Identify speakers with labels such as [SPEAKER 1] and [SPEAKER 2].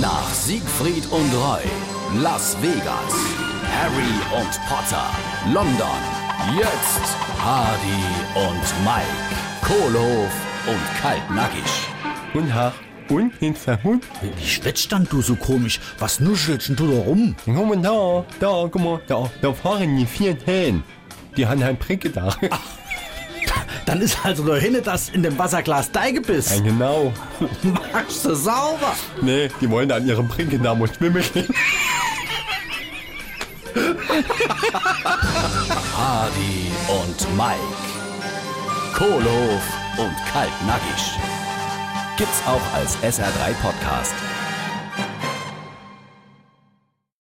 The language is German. [SPEAKER 1] Nach Siegfried und Roy, Las Vegas, Harry und Potter, London, jetzt Hardy und Mike, Kohlhof und Kaltnackig.
[SPEAKER 2] Und Haar. Und hinter Hund.
[SPEAKER 3] Wie schwätzt dann du so komisch? Was nuschelst denn du da rum?
[SPEAKER 2] Dann guck mal um da, da, guck mal, da, da fahren die vier Hähne. Die haben einen Pricke da.
[SPEAKER 3] Dann ist also der Hinne das in dem Wasserglas
[SPEAKER 2] Ja,
[SPEAKER 3] Deigebiss.
[SPEAKER 2] genau.
[SPEAKER 3] Machst du sauber.
[SPEAKER 2] Nee, die wollen da an ihrem Pricke da muss schwimmen gehen.
[SPEAKER 1] Hardy und Mike, Kohlhof und Kaltnackig. Gibt's auch als SR3 Podcast.